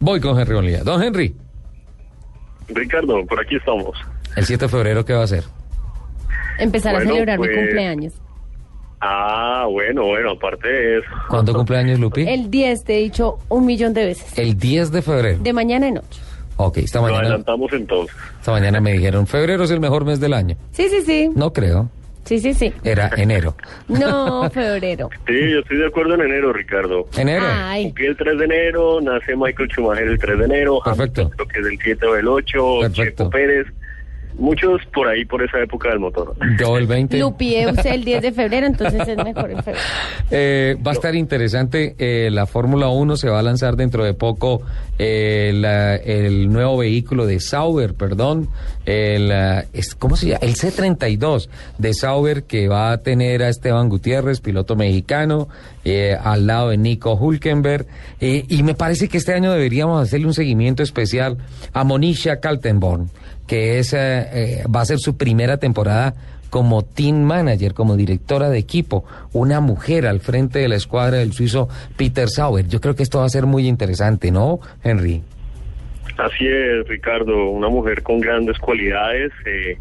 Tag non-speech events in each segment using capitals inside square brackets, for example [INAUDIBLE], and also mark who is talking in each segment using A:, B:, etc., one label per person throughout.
A: Voy con Henry Bonilla. Don Henry,
B: Ricardo, por aquí estamos.
A: el 7 de febrero, ¿qué va a hacer?
C: Empezar
B: Bueno,
C: a celebrar mi
B: pues,
C: cumpleaños.
B: Ah, bueno, bueno, aparte de eso.
A: ¿Cuándo cumpleaños, Lupi?
C: El 10 te he dicho un millón de veces.
A: El 10 de febrero.
C: De mañana en noche.
A: Ok, esta
B: Lo
A: mañana,
B: adelantamos entonces.
A: esta mañana me dijeron, febrero es el mejor mes del año.
C: Sí, sí, sí.
A: No creo,
C: Sí, sí, sí.
A: era enero.
C: Ah.
A: [LAUGHS]
C: No, febrero.
B: Sí, yo estoy de acuerdo en enero, Ricardo.
A: ¿Enero?
C: Ay,
B: Cumplí el 3 de enero, nace Michael Schumacher el 3 de enero.
A: Perfecto.
B: Hamilton Creo que es el 7 o el 8.
A: Perfecto.
B: Checo Pérez. Muchos por ahí, por esa época del motor.
A: Yo el 20.
C: Lupi, eh, usted el 10 de febrero, entonces es mejor el febrero.
A: Eh, va a estar interesante. eh, la Fórmula 1 se va a lanzar dentro de poco eh, la- el nuevo vehículo de Sauber, perdón. El, ah, es- ¿Cómo se llama? El C32 de Sauber que va a tener a Esteban Gutiérrez, piloto mexicano, eh, al lado de Nico Hulkenberg. eh, y me parece que este año deberíamos hacerle un seguimiento especial a Monisha Kaltenborn, que es, eh, eh, va a ser su primera temporada como team manager, como directora de equipo, una mujer al frente de la escuadra del suizo Peter Sauer. Yo creo que esto va a ser muy interesante, ¿no, Henry?
B: Así es, Ricardo, una mujer con grandes cualidades. eh,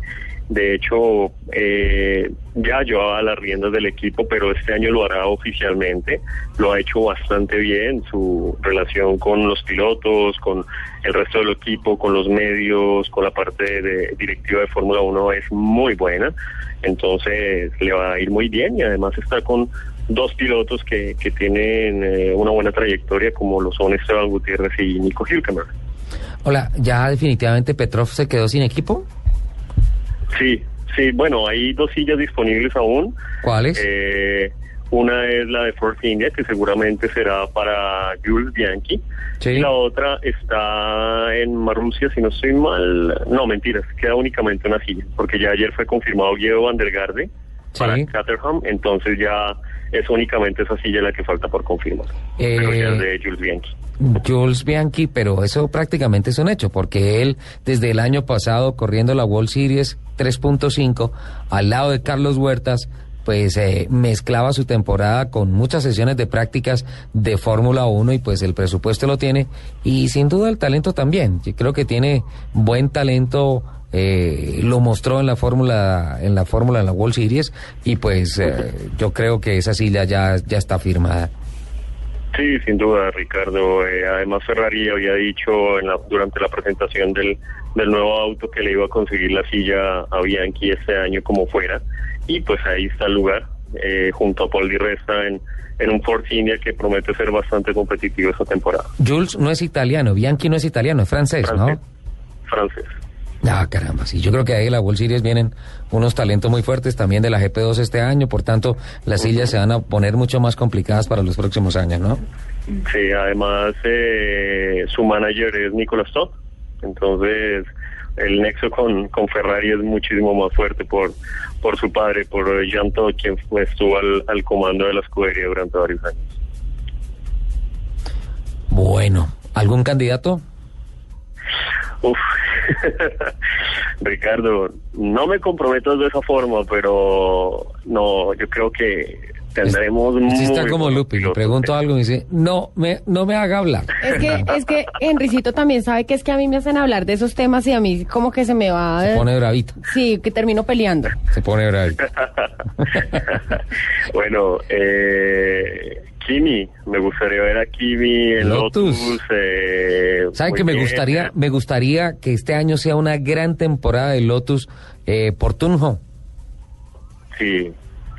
B: de hecho, eh, ya llevaba las riendas del equipo, pero este año lo hará oficialmente. Lo ha hecho bastante bien, su relación con los pilotos, con el resto del equipo, con los medios, con la parte de directiva de Fórmula 1 es muy buena. Entonces, le va a ir muy bien y además está con dos pilotos que, que tienen eh, una buena trayectoria, como lo son Esteban Gutiérrez y Nico Hülkenberg.
A: Hola, ¿ya definitivamente Petrov se quedó sin equipo?
B: Sí, sí, bueno, hay dos sillas disponibles aún.
A: ¿Cuáles?
B: Eh, una es la de Force India, que seguramente será para Jules Bianchi.
A: Sí.
B: Y la otra está en Marrusia, si no estoy mal. No, mentiras, queda únicamente una silla, porque ya ayer fue confirmado Guido Van der Garde
A: Sí.
B: para Caterham, entonces ya es únicamente esa silla la que falta por confirmar.
A: Eh,
B: Pero ya es de Jules Bianchi.
A: Jules Bianchi, pero eso prácticamente es un hecho, porque él desde el año pasado corriendo la World Series 3.5 al lado de Carlos Huertas, pues eh, mezclaba su temporada con muchas sesiones de prácticas de Fórmula 1 y pues el presupuesto lo tiene y sin duda el talento también. Yo creo que tiene buen talento. eh, lo mostró en la fórmula en la fórmula en la World Series y pues eh, yo creo que esa silla ya ya está firmada
B: Sí, sin duda, Ricardo. Eh, además, Ferrari había dicho en la- durante la presentación del, del nuevo auto que le iba a conseguir la silla a Bianchi este año como fuera. Y pues ahí está el lugar, eh, junto a Paul Di Resta en, en un Ford India que promete ser bastante competitivo esta temporada.
A: Jules no es italiano, Bianchi no es italiano, es francés,
B: Francés. Francés.
A: ¿no? Ah, caramba, sí. Yo creo que ahí de la World Series vienen unos talentos muy fuertes también de la GP2 este año, por tanto, las sillas se van a poner mucho más complicadas para los próximos años, ¿no?
B: Sí, además, eh, su manager es Nicolas Todd. Entonces, el nexo con, con Ferrari es muchísimo más fuerte por, por su padre, por eh, Jean Todt, quien fue- estuvo al, al comando de la escudería durante varios años.
A: Bueno, ¿algún candidato?
B: Uf. [LAUGHS] Ricardo, no me comprometas de esa forma, pero no, yo creo que tendremos
A: Si está
B: muy
A: como
B: buenos
A: Lupi, le
B: pilotos.
A: pregunto algo y me dice, no me, no me haga hablar. Ah,
C: Es que, es que Enricito también sabe que es que a mí me hacen hablar de esos temas y a mí como que se me va...
A: Se pone bravito,
C: Sí, que termino peleando.
A: se pone
B: [LAUGHS]
A: bravito.
B: bueno, eh, Kimi, me gustaría ver a Kimi en
A: Lotus.
B: Lotus. eh,
A: ¿Saben
B: muy
A: que me
B: bien. eh.
A: gustaría, me gustaría que este año sea una gran temporada de Lotus eh, por Tunjo?
B: Sí,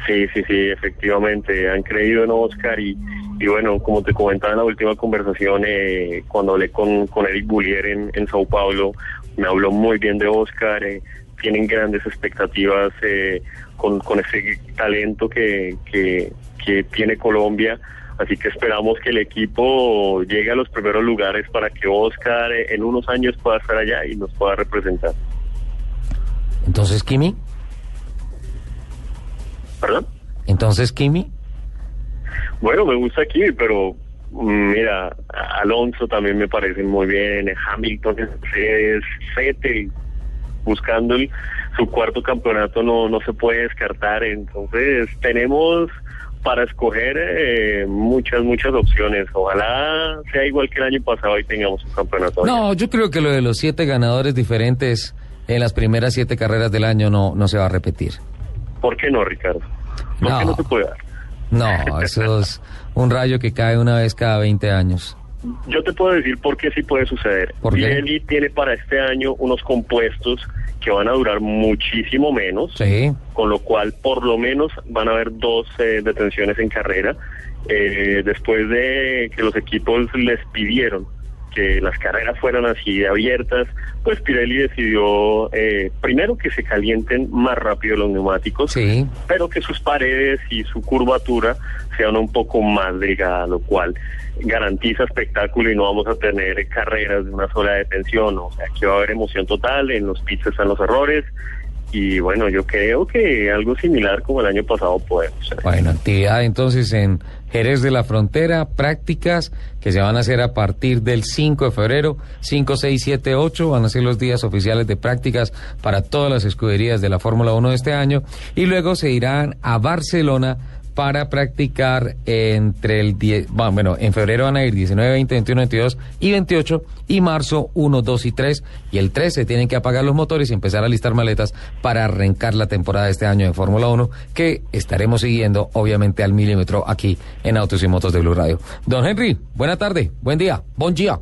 B: sí, sí, sí, efectivamente, han creído en Oscar y, y bueno, como te comentaba en la última conversación, eh, cuando hablé con, con Eric Bullier en, en Sao Paulo, me habló muy bien de Oscar, eh, tienen grandes expectativas eh, con, con ese talento que, que, que tiene Colombia. Así que esperamos que el equipo llegue a los primeros lugares para que Oscar eh, en unos años pueda estar allá y nos pueda representar.
A: Entonces, Kimi,
B: ¿Perdón?
A: entonces, Kimi.
B: Bueno, me gusta aquí, pero mm, mira, a- Alonso también me parece muy bien, Hamilton es Fettel buscando el- su cuarto campeonato no no se puede descartar, entonces tenemos para escoger eh, muchas, muchas opciones. Ojalá sea igual que el año pasado y tengamos un campeonato.
A: No, yo creo que lo de los siete ganadores diferentes en las primeras siete carreras del año no, no se va a repetir.
B: ¿Por qué no, Ricardo? ¿Por
A: No.
B: qué no se puede dar?
A: No, eso es un rayo que cae una vez cada 20 años.
B: Yo te puedo decir por qué sí puede suceder.
A: ¿Por qué?
B: Pirelli tiene para este año unos compuestos que van a durar muchísimo menos,
A: Sí.
B: con lo cual por lo menos van a haber dos eh, detenciones en carrera. Eh, después de que los equipos les pidieron que las carreras fueran así de abiertas, pues Pirelli decidió eh, primero que se calienten más rápido los neumáticos,
A: Sí.
B: pero que sus paredes y su curvatura sean un poco más delgadas, lo cual garantiza espectáculo y no vamos a tener carreras de una sola detención. O sea, aquí va a haber emoción total, en los pits están los errores. Y bueno, yo creo que algo similar como el año pasado podemos hacer.
A: Bueno, actividad entonces en Jerez de la Frontera, prácticas que se van a hacer a partir del 5 de febrero, 5, 6, 7, 8, van a ser los días oficiales de prácticas para todas las escuderías de la Fórmula 1 de este año y luego se irán a Barcelona para practicar entre el 10, va- bueno, en febrero van a ir 19, 20, 21, 22 y 28 y marzo 1, 2 y 3 y el 13 tienen que apagar los motores y empezar a listar maletas para arrancar la temporada de este año de Fórmula 1 que estaremos siguiendo obviamente al milímetro aquí en Autos y Motos de Blue Radio. Don Henry, buena tarde, buen día, buen día.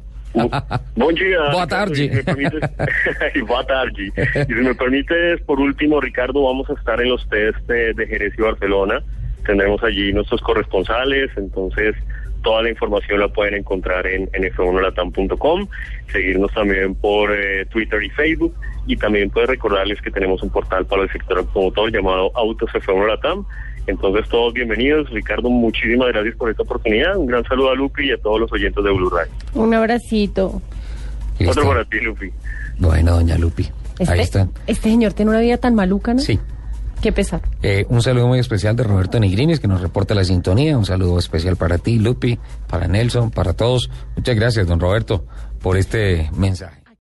B: Buen día.
A: Boa
B: Ricardo,
A: tarde.
B: y si me permites- [LAUGHS] Boa tarde. Y si me permites, por último, Ricardo, vamos a estar en los test de, de Jerez y Barcelona. Tendremos allí nuestros corresponsales, entonces toda la información la pueden encontrar en, en f1latam.com, seguirnos también por eh, Twitter y Facebook y también puedes recordarles que tenemos un portal para el sector automotor llamado Autos F1 Latam. Entonces todos bienvenidos. Ricardo, muchísimas gracias por esta oportunidad. Un gran saludo a Lupi y a todos los oyentes de Blue Radio.
C: Un abracito.
A: [LAUGHS] Listo.
B: Otro para ti, Lupi.
A: Bueno, doña Lupi,
C: Este,
A: ahí está.
C: Este señor tiene una vida tan maluca, ¿no?
A: Sí.
C: Qué pesar.
A: Eh, un saludo muy especial de Roberto Nigrines, que nos reporta la sintonía. Un saludo especial para ti, Lupi, para Nelson, para todos. Muchas gracias, don Roberto, por este mensaje.